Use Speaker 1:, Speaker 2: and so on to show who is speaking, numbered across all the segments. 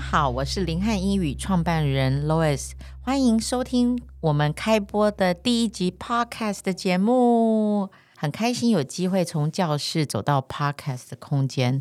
Speaker 1: 好，我是林汉英语创办人 Lois，欢迎收听我们开播的第一集 Podcast 的节目。很开心有机会从教室走到 Podcast 的空间。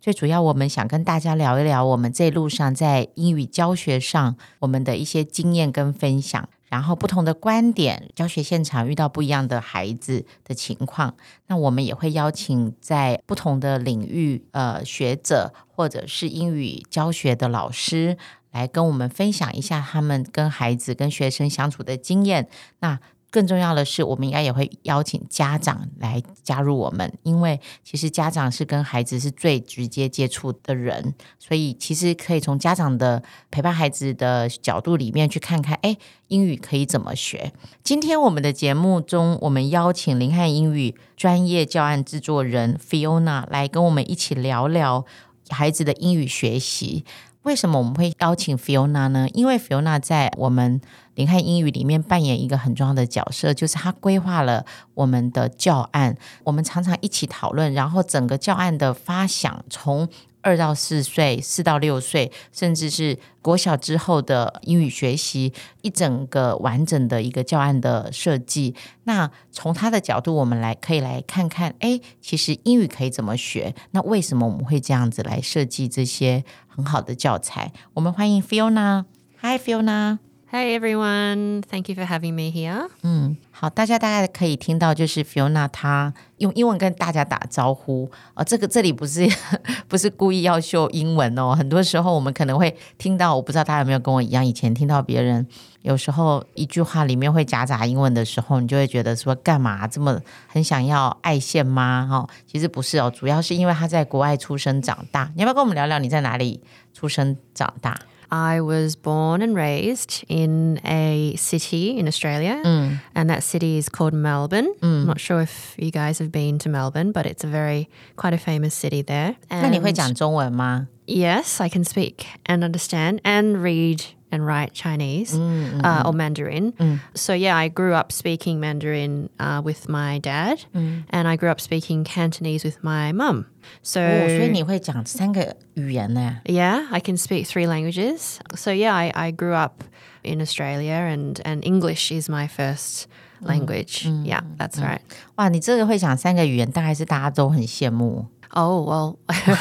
Speaker 1: 最主要，我们想跟大家聊一聊我们这路上在英语教学上我们的一些经验跟分享，然后不同的观点，教学现场遇到不一样的孩子的情况。那我们也会邀请在不同的领域呃学者或者是英语教学的老师来跟我们分享一下他们跟孩子跟学生相处的经验。那更重要的是，我们应该也会邀请家长来加入我们，因为其实家长是跟孩子是最直接接触的人，所以其实可以从家长的陪伴孩子的角度里面去看看，哎，英语可以怎么学。今天我们的节目中，我们邀请林汉英语专业教案制作人 Fiona 来跟我们一起聊聊孩子的英语学习。为什么我们会邀请 Fiona 呢？因为 Fiona 在我们林汉英语里面扮演一个很重要的角色，就是她规划了我们的教案，我们常常一起讨论，然后整个教案的发想从。二到四岁、四到六岁，甚至是国小之后的英语学习，一整个完整的一个教案的设计。那从他的角度，我们来可以来看看，哎，其实英语可以怎么学？那为什么我们会这样子来设计这些很好的教材？我们欢迎 Fiona。Hi Fiona。
Speaker 2: Hey everyone, thank you for having me here.
Speaker 1: 嗯，好，大家大概可以听到，就是 Fiona 她用英文跟大家打招呼啊、呃这个这里不是 不是故意要秀英文哦，很多时候我们可能会听到，我不知道大家有没有跟我一样，以前听到别人有时候一句话里面会夹杂英文的时候，你就会觉得说干嘛这么很想要爱线吗？哦，其实不是哦，主要是因为他在国外出生长大。你要不要跟我们聊聊你在哪里出生长大？
Speaker 2: I was born and raised in a city in Australia, and that city is called Melbourne. I'm not sure if you guys have been to Melbourne, but it's a very quite a famous city there.
Speaker 1: 那你
Speaker 2: And
Speaker 1: 会讲中文吗？
Speaker 2: 嗯 yes, I can speak and understand and read and write Chinese uh, or Mandarin. So yeah, I grew up speaking Mandarin uh, with my dad, and I grew up speaking Cantonese with my mum. So
Speaker 1: 哦，所以你会讲三个语言呢、
Speaker 2: Yeah, I can speak three languages. So yeah, I, I grew up in Australia and, and English is my first language. Yeah, that's right.
Speaker 1: 哇，你这个会讲三个语言，大概是大家都很羡慕。
Speaker 2: Oh well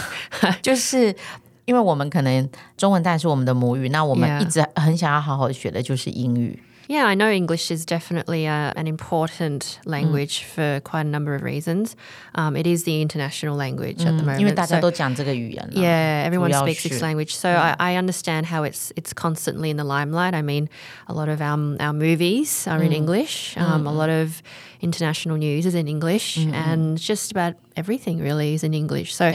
Speaker 1: 就是因为我们可能中文当然是我们的母语，那我们
Speaker 2: Yeah.
Speaker 1: 一直很想要好好学的就是英语。
Speaker 2: yeah, I know English is definitely a, an important language for quite a number of reasons. Um, it is the international language at the
Speaker 1: 因为
Speaker 2: moment.
Speaker 1: 大家
Speaker 2: so-
Speaker 1: 都讲这个语言了。
Speaker 2: Yeah, everyone
Speaker 1: 主要
Speaker 2: speaks its
Speaker 1: 是
Speaker 2: language, so I, I understand how it's it's constantly in the limelight. I mean, a lot of um, our movies are in English. Um, A lot of international news is in English, and just about everything really is in English. So,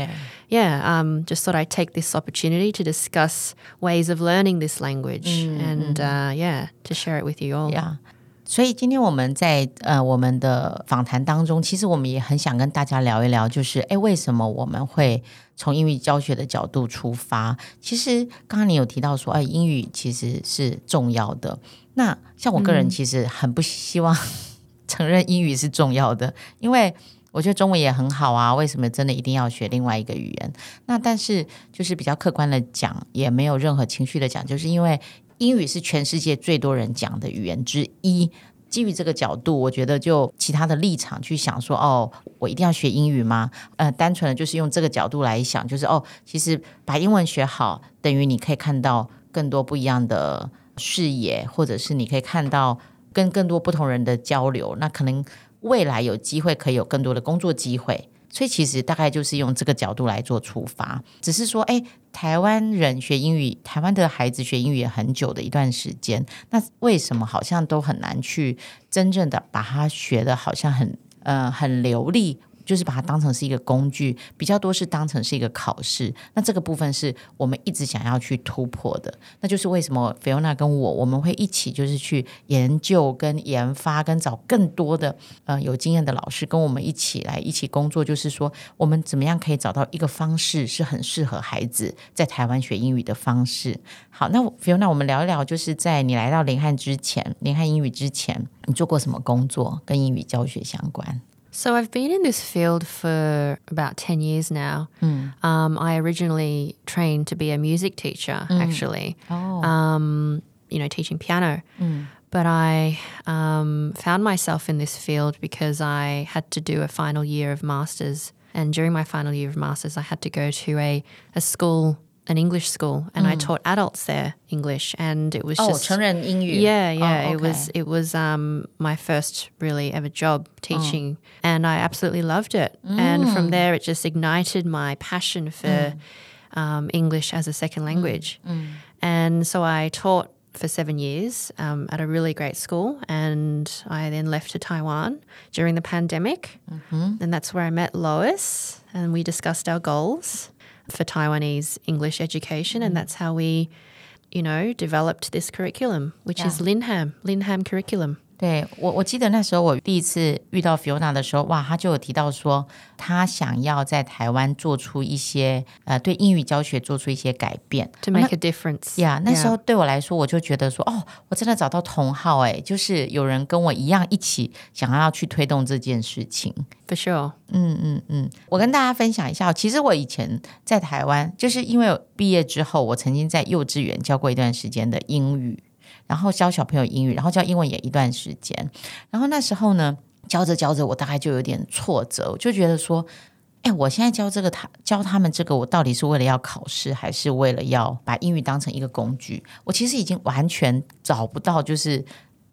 Speaker 2: yeah, um, just thought I'd take this opportunity to discuss ways of learning this language, and uh, yeah, to share it with you all.
Speaker 1: 呀。所以今天我们在呃我们的访谈当中，其实我们也很想跟大家聊一聊，就是哎，诶为什么我们会从英语教学的角度出发？其实刚刚你有提到说，哎，英语其实是重要的。那像我个人其实很不希望、承认英语是重要的，因为我觉得中文也很好啊，为什么真的一定要学另外一个语言？那但是就是比较客观的讲，也没有任何情绪的讲，就是因为英语是全世界最多人讲的语言之一。基于这个角度，我觉得就其他的立场去想说，哦，我一定要学英语吗？呃，单纯的就是用这个角度来想，就是哦，其实把英文学好，等于你可以看到更多不一样的视野，或者是你可以看到跟更多不同人的交流，那可能未来有机会可以有更多的工作机会。所以其实大概就是用这个角度来做出发，只是说，哎，台湾人学英语，台湾的孩子学英语也很久的一段时间，那为什么好像都很难去真正的把它学的好像很呃很流利？就是把它当成是一个工具，比较多是当成是一个考试。那这个部分是我们一直想要去突破的。那就是为什么 Fiona 跟我我们会一起就是去研究、跟研发、跟找更多的呃有经验的老师跟我们一起来一起工作，就是说我们怎么样可以找到一个方式是很适合孩子在台湾学英语的方式。好，那 Fiona，我们聊一聊，就是在你来到林汉之前，林汉英语之前，你做过什么工作跟英语教学相关？
Speaker 2: So I've been in this field for about 10 years now. Um, I originally trained to be a music teacher, actually,
Speaker 1: Oh.
Speaker 2: um, you know, teaching piano. But I um, found myself in this field because I had to do a final year of masters. And during my final year of masters, I had to go to a, a school, an English school, and I taught adults there English. And it was
Speaker 1: Oh,
Speaker 2: just.
Speaker 1: 成人英语。
Speaker 2: Yeah,
Speaker 1: Oh,
Speaker 2: yeah.
Speaker 1: okay.
Speaker 2: It
Speaker 1: Oh.
Speaker 2: was it was um, my first really ever job teaching, and I absolutely loved it. And
Speaker 1: Mm.
Speaker 2: from there, it just ignited my passion for um, English as a
Speaker 1: Mm,
Speaker 2: second language. And so I taught for seven years um, at a really great school, and I then left to Taiwan during the pandemic,
Speaker 1: Mm-hmm.
Speaker 2: and that's where I met Lois, and we discussed our goals for Taiwanese English education,
Speaker 1: Mm.
Speaker 2: and that's how we you know, developed this curriculum, which is Linham, Linham curriculum.
Speaker 1: 对我，我记得那时候我第一次遇到 Fiona 的时候，哇，她就有提到说，她想要在台湾做出一些呃，对英语教学做出一些改变。
Speaker 2: To make a difference.
Speaker 1: 呀那时候对我来说，我就觉得说，哦，我真的找到同好哎，就是有人跟我一样一起想要去推动这件事情。
Speaker 2: For sure.
Speaker 1: 我跟大家分享一下，哦其实我以前在台湾，就是因为我毕业之后，我曾经在幼稚园教过一段时间的英语，然后教小朋友英语，然后教英文也一段时间。然后那时候呢，教着教着，我大概就有点挫折，我就觉得说，哎，我现在教这个他教他们这个，我到底是为了要考试，还是为了要把英语当成一个工具？我其实已经完全找不到，就是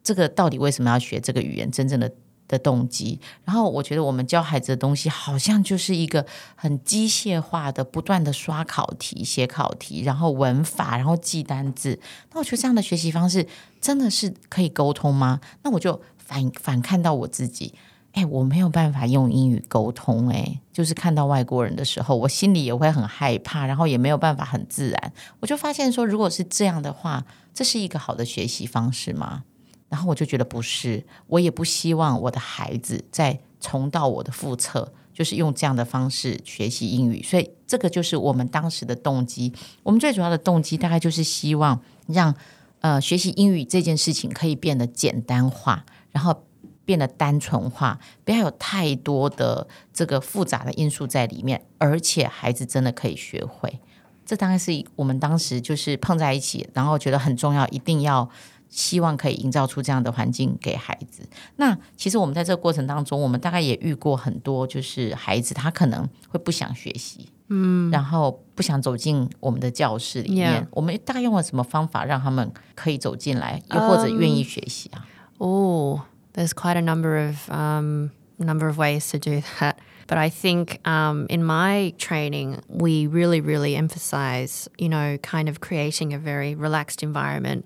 Speaker 1: 这个到底为什么要学这个语言真正的的动机。然后我觉得我们教孩子的东西，好像就是一个很机械化的，不断的刷考题、写考题，然后文法，然后记单字。那我觉得这样的学习方式真的是可以沟通吗？那我就反反看到我自己。哎，我没有办法用英语沟通、哎，就是看到外国人的时候，我心里也会很害怕，然后也没有办法很自然。我就发现说，如果是这样的话，这是一个好的学习方式吗？然后我就觉得不是，我也不希望我的孩子再重蹈我的覆辙，就是用这样的方式学习英语。所以这个就是我们当时的动机。我们最主要的动机大概就是希望让呃学习英语这件事情可以变得简单化，然后变得单纯化，不要有太多的这个复杂的因素在里面，而且孩子真的可以学会。这当然是我们当时就是碰在一起，然后觉得很重要，一定要希望可以营造出这样的环境给孩子。那其实我们在这个过程当中，我们大概也遇过很多，就是孩子他可能会不想学习，嗯，然后不想走进我们的教室里面。
Speaker 2: Yeah
Speaker 1: 我们大概用了什么方法让他们可以走进来，又或者愿意学习啊？
Speaker 2: Oh, there's quite a number of um, number of ways to do that. But I think um, in my training, we really, really emphasize, you know, kind of creating a very relaxed environment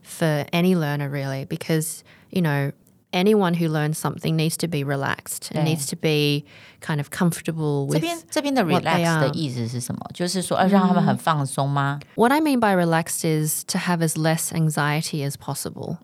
Speaker 2: for any learner, really, because, you know, anyone who learns something needs to be relaxed and needs to be kind of comfortable
Speaker 1: 这
Speaker 2: with
Speaker 1: 边这边的
Speaker 2: what they
Speaker 1: relax 的
Speaker 2: are 嗯
Speaker 1: 意思是什么？就是说，呃，让他们很放松吗？
Speaker 2: What I mean by relaxed is to have as less anxiety as possible.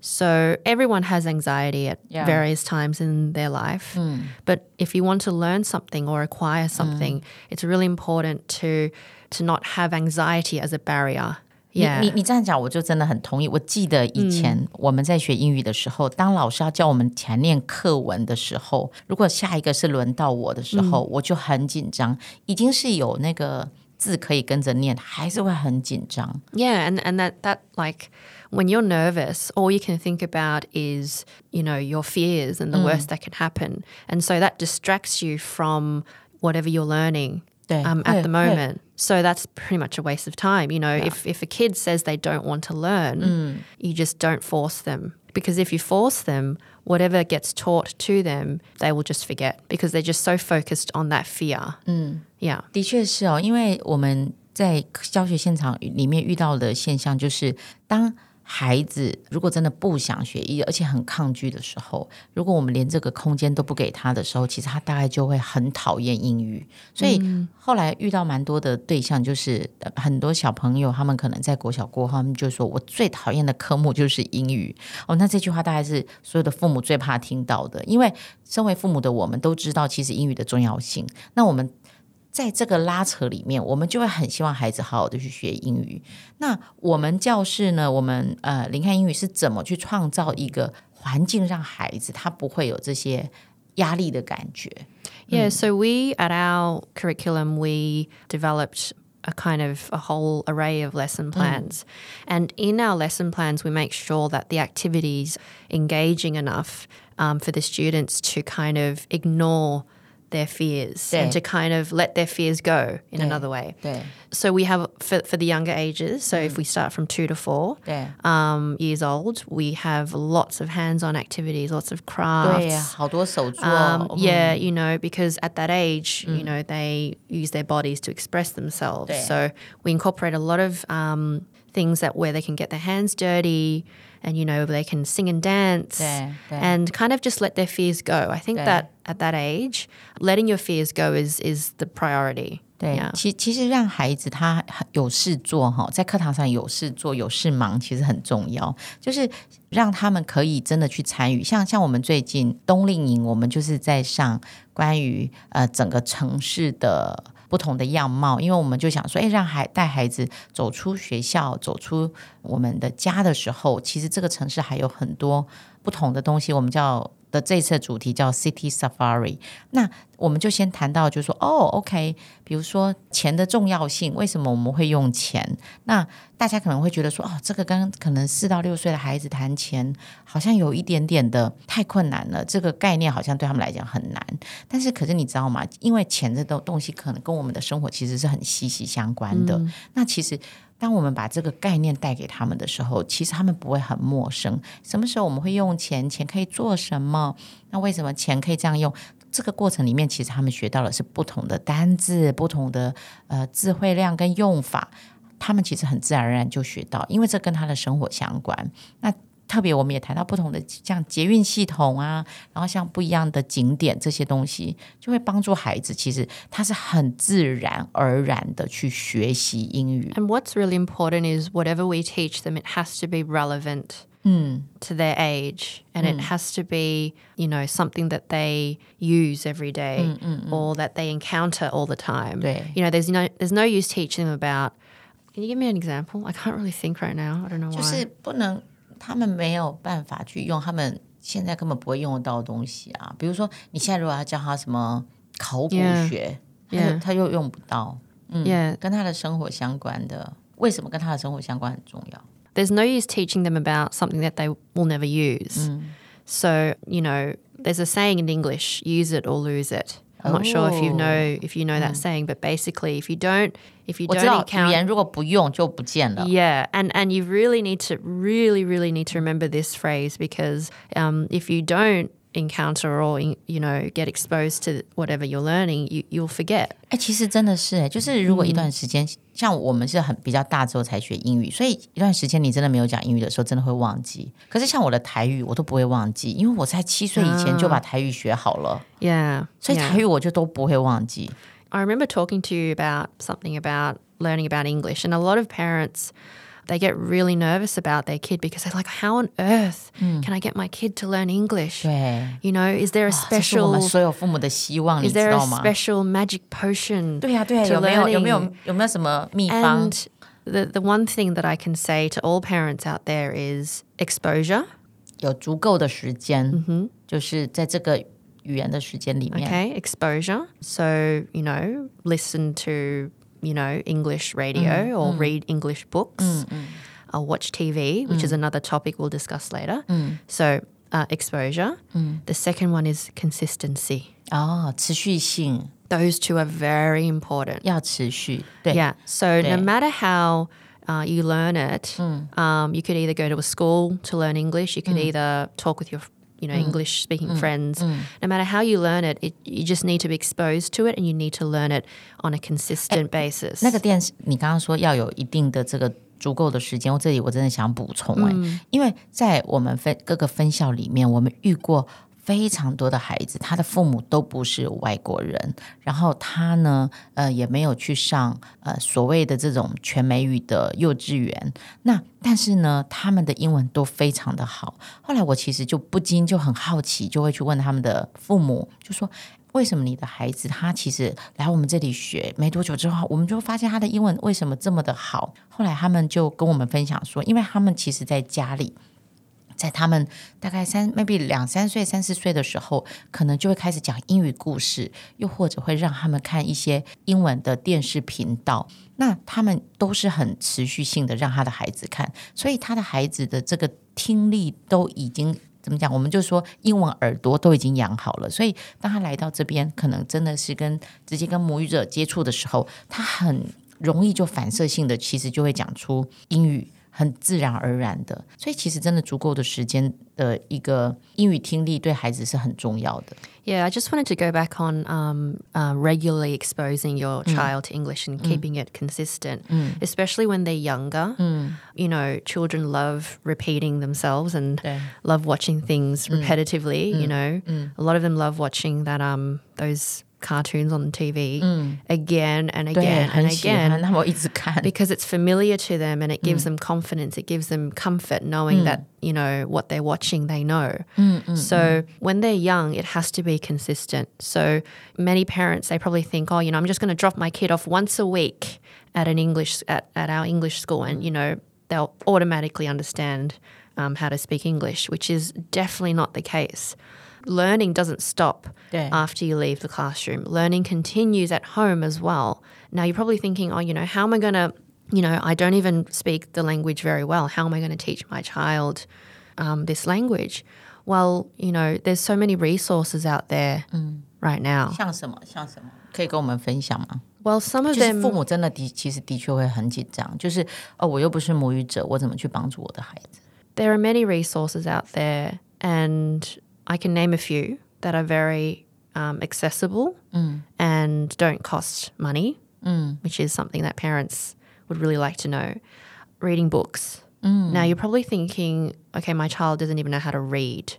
Speaker 2: So everyone has anxiety at
Speaker 1: Yeah.
Speaker 2: various times in their life. But if you want to learn something or acquire something, it's really important to to not have anxiety as a barrier.
Speaker 1: 你
Speaker 2: Yeah. 嗯
Speaker 1: 你你这样讲，我就真的很同意。我记得以前我们在学英语的时候，当老师要叫我们前念课文的时候，如果下一个是轮到我的时
Speaker 2: 嗯
Speaker 1: 候，我就很紧张，已经是有那个字可以跟着念，还是会很紧张。
Speaker 2: Yeah, and, and that that like when you're nervous, all you can think about is, you know, your fears and the worst that can happen. And so that distracts you from whatever you're learning
Speaker 1: Yeah.
Speaker 2: um, at
Speaker 1: Yeah,
Speaker 2: the
Speaker 1: yeah.
Speaker 2: moment. So that's pretty much a waste of time. You know, if, if a kid says they don't want to learn,
Speaker 1: Mm.
Speaker 2: you just don't force them. Because if you force them, whatever gets taught to them, they will just forget because they're just so focused on that fear.
Speaker 1: Mm.
Speaker 2: Yeah.
Speaker 1: 的确是哦，因为我们在教学现场里面遇到的现象就是，当孩子如果真的不想学医，而且很抗拒的时候，如果我们连这个空间都不给他的时候，其实他大概就会很讨厌英语。所以后来遇到蛮多的对象，就是呃很多小朋友，他们可能在国小过后，他们就说我最讨厌的科目就是英语。哦，那这句话大概是所有的父母最怕听到的，因为身为父母的我们都知道，其实英语的重要性。那我们在这个拉扯里面，我们就会很希望孩子好好的去学英语。那我们教室呢，我们呃林汉英语是怎么去创造一个环境，让孩子他不会有这些压力的感觉。
Speaker 2: Yeah, so we at our curriculum we developed a kind of a whole array of lesson plans. And in our lesson plans, we make sure that the activities engaging enough um, for the students to kind of ignore their fears and to kind of let their fears go in another way.
Speaker 1: 对
Speaker 2: So we have for, for the younger ages. So if we start from two to four
Speaker 1: Yeah.
Speaker 2: um, years old, we have lots of hands-on activities, lots of crafts.
Speaker 1: 对，好多手作，
Speaker 2: Um, yeah, you know, because at that age, you know, they use their bodies to express themselves.
Speaker 1: Yeah.
Speaker 2: So we incorporate a lot of um, things that where they can get their hands dirty and, you know, they can sing and dance
Speaker 1: Yeah, yeah.
Speaker 2: and kind of just let their fears go. I think
Speaker 1: Yeah.
Speaker 2: that at that age, letting your fears go is, is the priority.
Speaker 1: 对，
Speaker 2: Yeah.
Speaker 1: 其其实让孩子他有事做哈，在课堂上有事做、有事忙，其实很重要，就是让他们可以真的去参与。像像我们最近冬令营，我们就是在上关于呃整个城市的。不同的样貌，因为我们就想说，哎，让孩带孩子走出学校，走出我们的家的时候，其实这个城市还有很多不同的东西。我们叫的这次的主题叫 City Safari。那我们就先谈到，就是说，哦，OK，比如说钱的重要性，为什么我们会用钱？那大家可能会觉得说，哦，这个跟可能四到六岁的孩子谈钱，好像有一点点的太困难了，这个概念好像对他们来讲很难。但是，可是你知道吗？因为钱这东东西，可能跟我们的生活其实是很息息相关的。那其实。当我们把这个概念带给他们的时候，其实他们不会很陌生。什么时候我们会用钱？钱可以做什么？那为什么钱可以这样用？这个过程里面，其实他们学到的是不同的单字、不同的呃智慧量跟用法，他们其实很自然而然就学到，因为这跟他的生活相关。那特别我们也谈到不同的像捷运系统啊，然后像不一样的景点这些东西，就会帮助孩子，其实他是很自然而然的去学习英语。
Speaker 2: And what's really important is whatever we teach them, it has to be relevant to their age and it has to be, you know, something that they use every day or that they encounter all the time.
Speaker 1: Yeah.
Speaker 2: You know, there's no there's no use teaching them about can you give me an example? I can't really think right now. I don't know
Speaker 1: 就
Speaker 2: why.
Speaker 1: 是不能，他们没有办法去用他们现在根本不会用得到的东西啊。比如说，你现在如果要教他什么考古
Speaker 2: Yeah.
Speaker 1: 学他就
Speaker 2: Yeah.
Speaker 1: 他又用不到，
Speaker 2: Yeah.
Speaker 1: 跟他的生活相关的，为什么跟他的生活相关很重要？
Speaker 2: There's no use teaching them about something that they will never use. So, you know, there's a saying in English, use it or lose it. I'm not sure if you
Speaker 1: Oh.
Speaker 2: know if you know that saying, but basically if you don't if you
Speaker 1: 我
Speaker 2: don't
Speaker 1: 知道
Speaker 2: encounter
Speaker 1: 语言如果不用就不见了。
Speaker 2: Yeah, and and you really need to really really need to remember this phrase because um, if you don't encounter or you know get exposed to whatever you're learning, you you'll forget.
Speaker 1: 哎、其实真的是哎、就是如果一
Speaker 2: 嗯
Speaker 1: 段时间，像我们是很比较大之后才学英语，所以一段时间你真的没有讲英语的时候，真的会忘记。可是像我的台语，我都不会忘记，因为我在七岁以前
Speaker 2: 啊
Speaker 1: 就把台语学好了，
Speaker 2: Yeah,
Speaker 1: 所以
Speaker 2: yeah.
Speaker 1: 台语我就都不会忘记。
Speaker 2: I remember talking to you about something about learning about English, and a lot of parents. They get really nervous about their kid because they're like, "How on earth can I get my kid to learn English?
Speaker 1: 对。
Speaker 2: You know, is there a
Speaker 1: 这是我
Speaker 2: special
Speaker 1: 们所有父母的希望，你
Speaker 2: is
Speaker 1: 知
Speaker 2: there a
Speaker 1: 道吗？
Speaker 2: special magic potion?
Speaker 1: 对呀、对呀、
Speaker 2: to
Speaker 1: 有没有有没
Speaker 2: learning?
Speaker 1: 有有没有什么秘方？
Speaker 2: And the, the one thing that I can say to all parents out there is exposure.
Speaker 1: 有足够的时间，就是在这个语言的时间里面
Speaker 2: Okay, exposure. So, you know, listen to, you know, English radio or read English books, Uh, watch TV, which is another topic we'll discuss later. So, uh, exposure. The second one is consistency.
Speaker 1: 哦，持续性
Speaker 2: Those two are very important.
Speaker 1: 要持续，对
Speaker 2: Yeah. So no matter how uh, you learn it, um, you could either go to a school to learn English. You could either talk with your you know English speaking friends. No matter how you learn it, it, you just need to be exposed to it, and you need to learn it on a consistent basis.
Speaker 1: 那个电视，你刚刚说要有一定的这个足够的时间，我这里我真的想补充哎、因为在我们分各个分校里面，我们遇过非常多的孩子，他的父母都不是外国人，然后他呢，呃，也没有去上呃所谓的这种全美语的幼稚园，那但是呢，他们的英文都非常的好。后来我其实就不禁就很好奇，就会去问他们的父母，就说。为什么你的孩子他其实来我们这里学没多久之后，我们就发现他的英文为什么这么的好？后来他们就跟我们分享说，因为他们其实在家里在他们大概三 maybe 两三岁、三四岁的时候，可能就会开始讲英语故事，又或者会让他们看一些英文的电视频道。那他们都是很持续性的让他的孩子看，所以他的孩子的这个听力都已经怎么讲？我们就说英文耳朵都已经养好了，所以当他来到这边，可能真的是跟直接跟母语者接触的时候，他很容易就反射性的，其实就会讲出英语。很自然而然的，所以其实真的足够的时间的一个英语听力对孩子是很重要的。
Speaker 2: Yeah, I just wanted to go back on um, uh, regularly exposing your child to English and keeping it consistent, especially when they're younger. You know, children love repeating themselves and
Speaker 1: Yeah.
Speaker 2: love watching things repetitively. You know, a lot of them love watching that um those cartoons on TV again and
Speaker 1: 对，
Speaker 2: again
Speaker 1: 很
Speaker 2: and
Speaker 1: 喜
Speaker 2: again
Speaker 1: 欢，他们会一直看。
Speaker 2: because it's familiar to them and it gives them confidence. It gives them comfort knowing that, you know, what they're watching, they know. so when they're young, it has to be consistent. So many parents, they probably think, oh, you know, I'm just going to drop my kid off once a week at an English, at, at our English school and, you know, they'll automatically understand um, how to speak English, which is definitely not the case. Learning doesn't stop
Speaker 1: Yeah.
Speaker 2: after you leave the classroom. Learning continues at home as well. Now you're probably thinking, oh, you know, how am I going to, you know, I don't even speak the language very well. How am I going to teach my child um, this language? Well, you know, there's so many resources out there right now.
Speaker 1: 像什么？像什么？可以跟我们分享吗？
Speaker 2: Well, some of
Speaker 1: 就是
Speaker 2: them.
Speaker 1: 父母真的的，其实的确会很紧张，就是哦，我又不是母语者，我怎么去帮助我的孩子？
Speaker 2: there are many resources out there, and I can name a few that are very um, accessible and don't cost money, which is something that parents would really like to know. Reading books. Now, you're probably thinking, okay, my child doesn't even know how to read.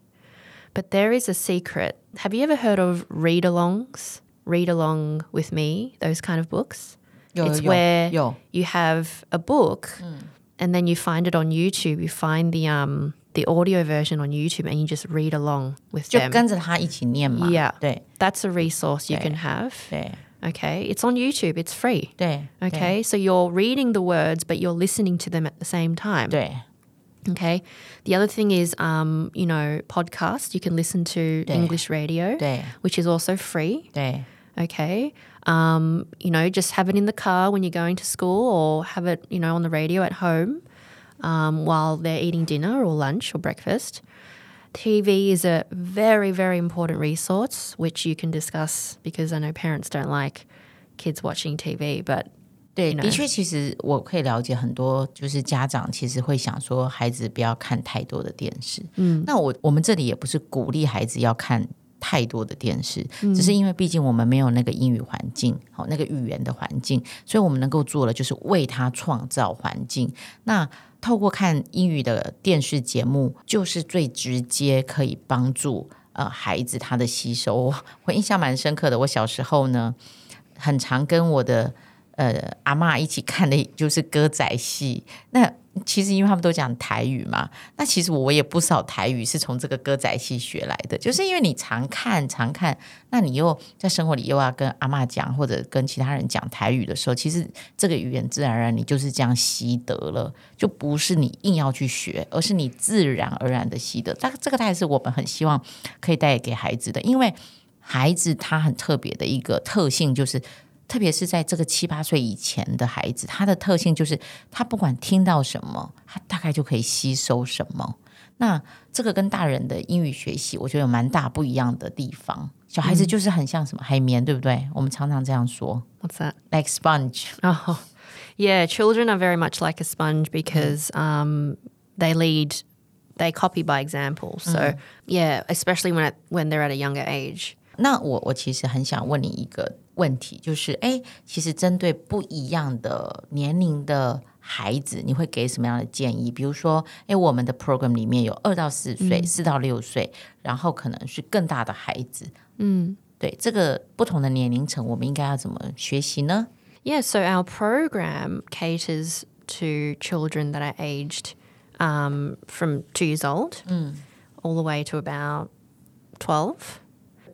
Speaker 2: But there is a secret. Have you ever heard of read alongs? Read along with me, those kind of books?
Speaker 1: 有
Speaker 2: it's
Speaker 1: 有
Speaker 2: where
Speaker 1: 有
Speaker 2: you have a book and then you find it on YouTube. You find the um the audio version on YouTube and you just read along with
Speaker 1: 就
Speaker 2: them.
Speaker 1: 跟着他一起念嘛。
Speaker 2: Yeah.
Speaker 1: 对
Speaker 2: That's a resource you can have.
Speaker 1: 对
Speaker 2: Okay. It's on YouTube. It's free.
Speaker 1: 对
Speaker 2: Okay. So you're reading the words but you're listening to them at the same time.
Speaker 1: 对
Speaker 2: Okay. The other thing is um, you know, podcasts. You can listen to English radio,
Speaker 1: 对
Speaker 2: which is also free.
Speaker 1: 对
Speaker 2: okay um, you know just have it in the car when you're going to school or have it you know on the radio at home um, while they're eating dinner or lunch or breakfast tv is a very very important resource which you can discuss because i know parents don't like kids watching tv but
Speaker 1: 对
Speaker 2: know
Speaker 1: 的确，其实我可以了解很多，就是家长其实会想说，孩子不要看太多的电视。嗯，那我我们这里也不是鼓励孩子要看。太多的电视，只是因为毕竟我们没有那个英语环境，好那个语言的环境，所以我们能够做的就是为他创造环境。那透过看英语的电视节目，就是最直接可以帮助呃孩子他的吸收。 我我印象蛮深刻的，我小时候呢，很常跟我的呃阿嬷一起看的就是歌仔戏。那其实因为他们都讲台语嘛，那其实我也不少台语是从这个歌仔戏学来的。就是因为你常看常看，那你又在生活里又要跟阿嬷讲或者跟其他人讲台语的时候，其实这个语言自然而然你就是这样习得了，就不是你硬要去学，而是你自然而然的习得。但这个才是我们很希望可以带给孩子的，因为孩子他很特别的一个特性就是。特别是在这个七八岁以前的孩子，他的特性就是他不管听到什么，他大概就可以吸收什么。那这个跟大人的英语学习，我觉得有蛮大不一样的地方。小孩子就是很像什么海绵，对不对？我们常常这样说
Speaker 2: what's that
Speaker 1: ，like sponge。
Speaker 2: Oh, yeah. Children are very much like a sponge because um, they lead, they copy by example. So yeah, especially when at, when they're at a younger age.
Speaker 1: 那我我其实很想问你一个问题，就是哎，其实针对不一样的年龄的孩子，你会给什么样的建议？比如说，哎，我们的 program 里面有二到四
Speaker 2: 嗯
Speaker 1: 岁、四、到六岁，然后可能是更大的孩子，嗯，对，这个不同的年龄层，我们应该要怎么学习呢？
Speaker 2: Yeah. So our program caters to children that are aged um, from two years old all the way to about twelve.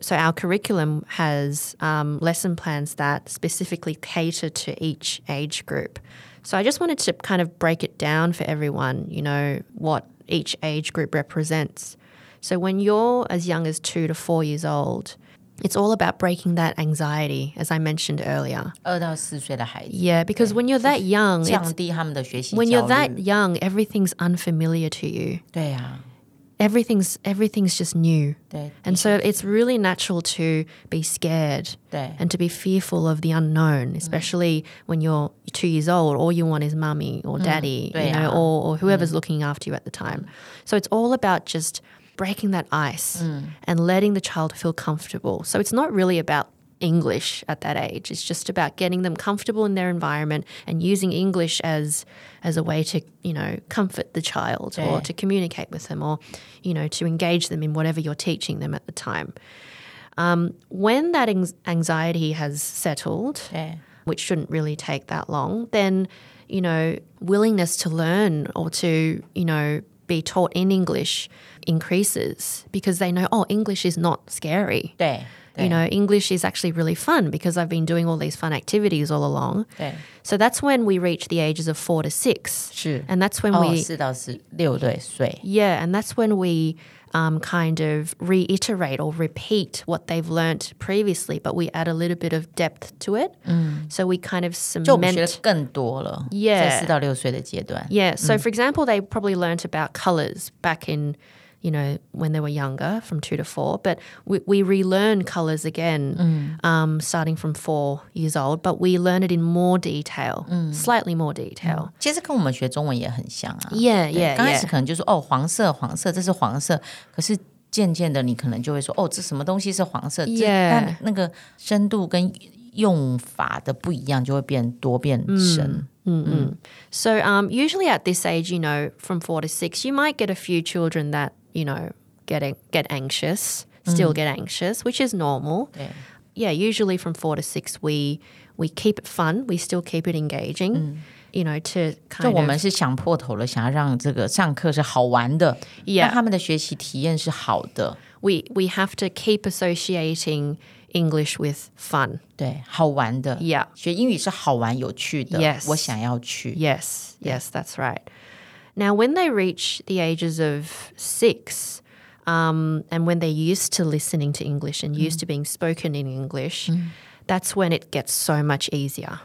Speaker 2: So our curriculum has um, lesson plans that specifically cater to each age group. So I just wanted to kind of break it down for everyone. You know what each age group represents. So when you're as young as two to four years old, it's all about breaking that anxiety, as I mentioned earlier.
Speaker 1: 二到四岁的孩子，
Speaker 2: Yeah, because when you're that young, it's-
Speaker 1: 降低他们的学习
Speaker 2: when
Speaker 1: 焦
Speaker 2: you're
Speaker 1: 虑
Speaker 2: that young, everything's unfamiliar to you.
Speaker 1: 对呀、
Speaker 2: Everything's everything's just new.
Speaker 1: 对
Speaker 2: And so it's really natural to be scared
Speaker 1: 对
Speaker 2: and to be fearful of the unknown, especially when you're two years old. All you want is mummy or daddy, you know,
Speaker 1: yeah.
Speaker 2: or, or whoever's looking after you at the time. So it's all about just breaking that ice and letting the child feel comfortable. So it's not really about English at that age. It's just about getting them comfortable in their environment and using English as as a way to, you know, comfort the child
Speaker 1: Yeah.
Speaker 2: or to communicate with them or, you know, to engage them in whatever you're teaching them at the time when that anx- anxiety has settled,
Speaker 1: 对
Speaker 2: which shouldn't really take that long, then, you know, willingness to learn or to, you know, be taught in English increases because they know, oh, English is not scary.
Speaker 1: 对
Speaker 2: You
Speaker 1: 对
Speaker 2: know, English is actually really fun because I've been doing all these fun activities all along.
Speaker 1: 对，
Speaker 2: So that's when we reach the ages of four to six.
Speaker 1: 是
Speaker 2: And that's when
Speaker 1: 哦，
Speaker 2: we.
Speaker 1: 四到十六对岁，
Speaker 2: Yeah, and that's when we um, kind of reiterate or repeat what they've learnt previously, but we add a little bit of depth to it. So we kind of
Speaker 1: 就我们学
Speaker 2: cement.
Speaker 1: 的更多了。
Speaker 2: Yeah
Speaker 1: 在四到六岁的阶段，
Speaker 2: Yeah. So, for example, they probably learnt about colors back in, you know, when they were younger, from two to four. But we, we relearn colors again, um, starting from four years old. But we learn it in more detail, slightly more detail.
Speaker 1: 其实跟我们学中文也很像啊。
Speaker 2: Yeah,
Speaker 1: 对
Speaker 2: yeah,
Speaker 1: 刚开
Speaker 2: yeah.
Speaker 1: 始可能就说哦，黄色，黄色，这是黄色。可是渐渐的，你可能就会说哦，这什么东西是黄色？这
Speaker 2: Yeah
Speaker 1: 但那个深度跟用法的不一样，就会变多变
Speaker 2: 嗯
Speaker 1: 深。
Speaker 2: So, um, usually at this age, you know, from four to six, you might get a few children that, you know, get, an- get anxious, still get anxious, which is normal.
Speaker 1: 对
Speaker 2: Yeah, usually from four to six, we, we keep it fun, we still keep it engaging, you know, to
Speaker 1: 就
Speaker 2: kind
Speaker 1: 我
Speaker 2: of.
Speaker 1: 们是想破头了，想要让这个上课是好玩的，让
Speaker 2: Yeah.
Speaker 1: 他们的学习体验是好的，
Speaker 2: we, we have to keep associating English with fun.
Speaker 1: 对，好玩的。
Speaker 2: Yeah.
Speaker 1: 学英语是好玩有趣的
Speaker 2: Yes
Speaker 1: 我想要去。
Speaker 2: Yes, yes, that's right. Now, when they reach the ages of six, um, and when they're used to listening to English and used to being spoken in English, that's when it gets so much easier.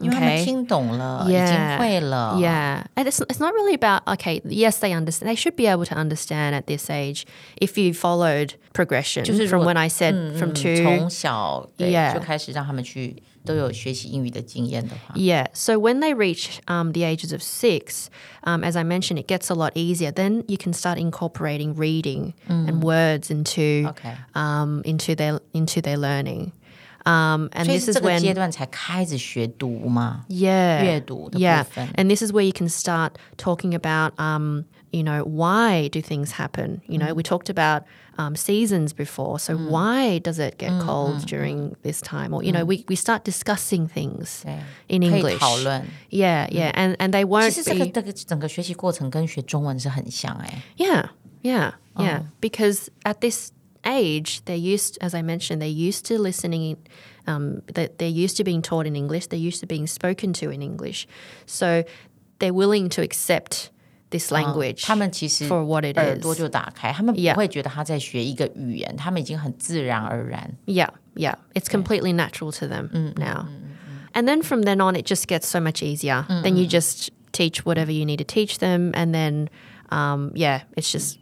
Speaker 1: 因为他们
Speaker 2: Okay
Speaker 1: 听懂了
Speaker 2: Yeah.
Speaker 1: 已经会了
Speaker 2: Yeah. And it's, it's not really about, okay, yes, they understand. They should be able to understand at this age if you followed progression from when I said from
Speaker 1: 嗯
Speaker 2: two.
Speaker 1: 从小对
Speaker 2: Yeah
Speaker 1: 就开始让他们去都有学习英语的经验的话，
Speaker 2: Yeah. So when they reach um, the ages of six, um, as I mentioned, it gets a lot easier. Then you can start incorporating reading and words into
Speaker 1: Okay.
Speaker 2: um, into their into their learning. Um, and
Speaker 1: 所以
Speaker 2: this
Speaker 1: 是
Speaker 2: is
Speaker 1: 这个
Speaker 2: when
Speaker 1: 阶段才开始学读吗？
Speaker 2: yeah
Speaker 1: 阅读的部分。
Speaker 2: yeah, and this is where you can start talking about um, you know why do things happen? You know, we
Speaker 1: Mm.
Speaker 2: talked about um, seasons before, so why does it
Speaker 1: Mm,
Speaker 2: get cold during this time? Or you know, we, we start discussing things in
Speaker 1: 可
Speaker 2: English.
Speaker 1: 以讨论。
Speaker 2: Yeah, yeah,
Speaker 1: Mm.
Speaker 2: and and they
Speaker 1: 其
Speaker 2: won't
Speaker 1: 实这个
Speaker 2: be.
Speaker 1: 这个整个学习过程跟学中文是很像哎、
Speaker 2: Yeah, yeah, yeah. Because at this age, they're used, as I mentioned, they're used to listening. In, um, they- they're used to being taught in English. They're used to being spoken to in English. So they're willing to accept this language.
Speaker 1: 他们其实
Speaker 2: for what it
Speaker 1: 耳朵
Speaker 2: is.
Speaker 1: 就打开，他们
Speaker 2: Yeah
Speaker 1: 不会觉得他在学一个语言，他们已经很自然而然。
Speaker 2: Yeah, yeah. It's completely natural to them now. And then from then on, it just gets so much easier. Then you just teach whatever you need to teach them. And then, um, yeah, it's just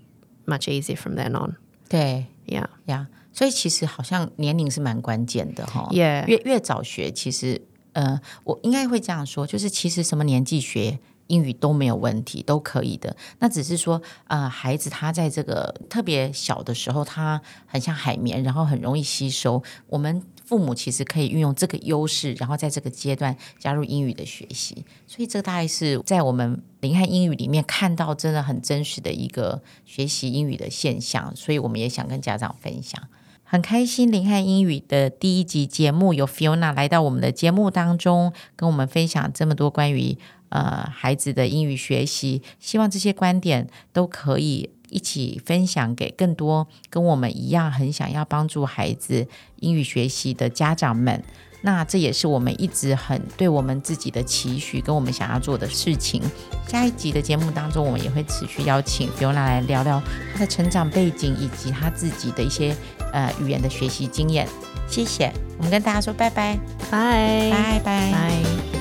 Speaker 2: much easier from then on.
Speaker 1: 对
Speaker 2: Yeah.
Speaker 1: 呀所以其实好像年龄是蛮关键的哈、
Speaker 2: Yeah
Speaker 1: 越越早学，其实呃，我应该会这样说，就是其实什么年纪学。英语都没有问题，都可以的。那只是说，呃，孩子他在这个特别小的时候，他很像海绵，然后很容易吸收。我们父母其实可以运用这个优势，然后在这个阶段加入英语的学习。所以这大概是在我们林汉英语里面看到真的很真实的一个学习英语的现象，所以我们也想跟家长分享。很开心，林汉英语的第一集节目有 Fiona 来到我们的节目当中，跟我们分享这么多关于呃孩子的英语学习。希望这些观点都可以一起分享给更多跟我们一样很想要帮助孩子英语学习的家长们。那这也是我们一直很对我们自己的期许，跟我们想要做的事情。下一集的节目当中，我们也会持续邀请 Fiona 来聊聊她的成长背景以及她自己的一些呃语言的学习经验。谢谢，我们跟大家说拜拜，
Speaker 2: Bye.
Speaker 1: 拜拜。
Speaker 2: Bye.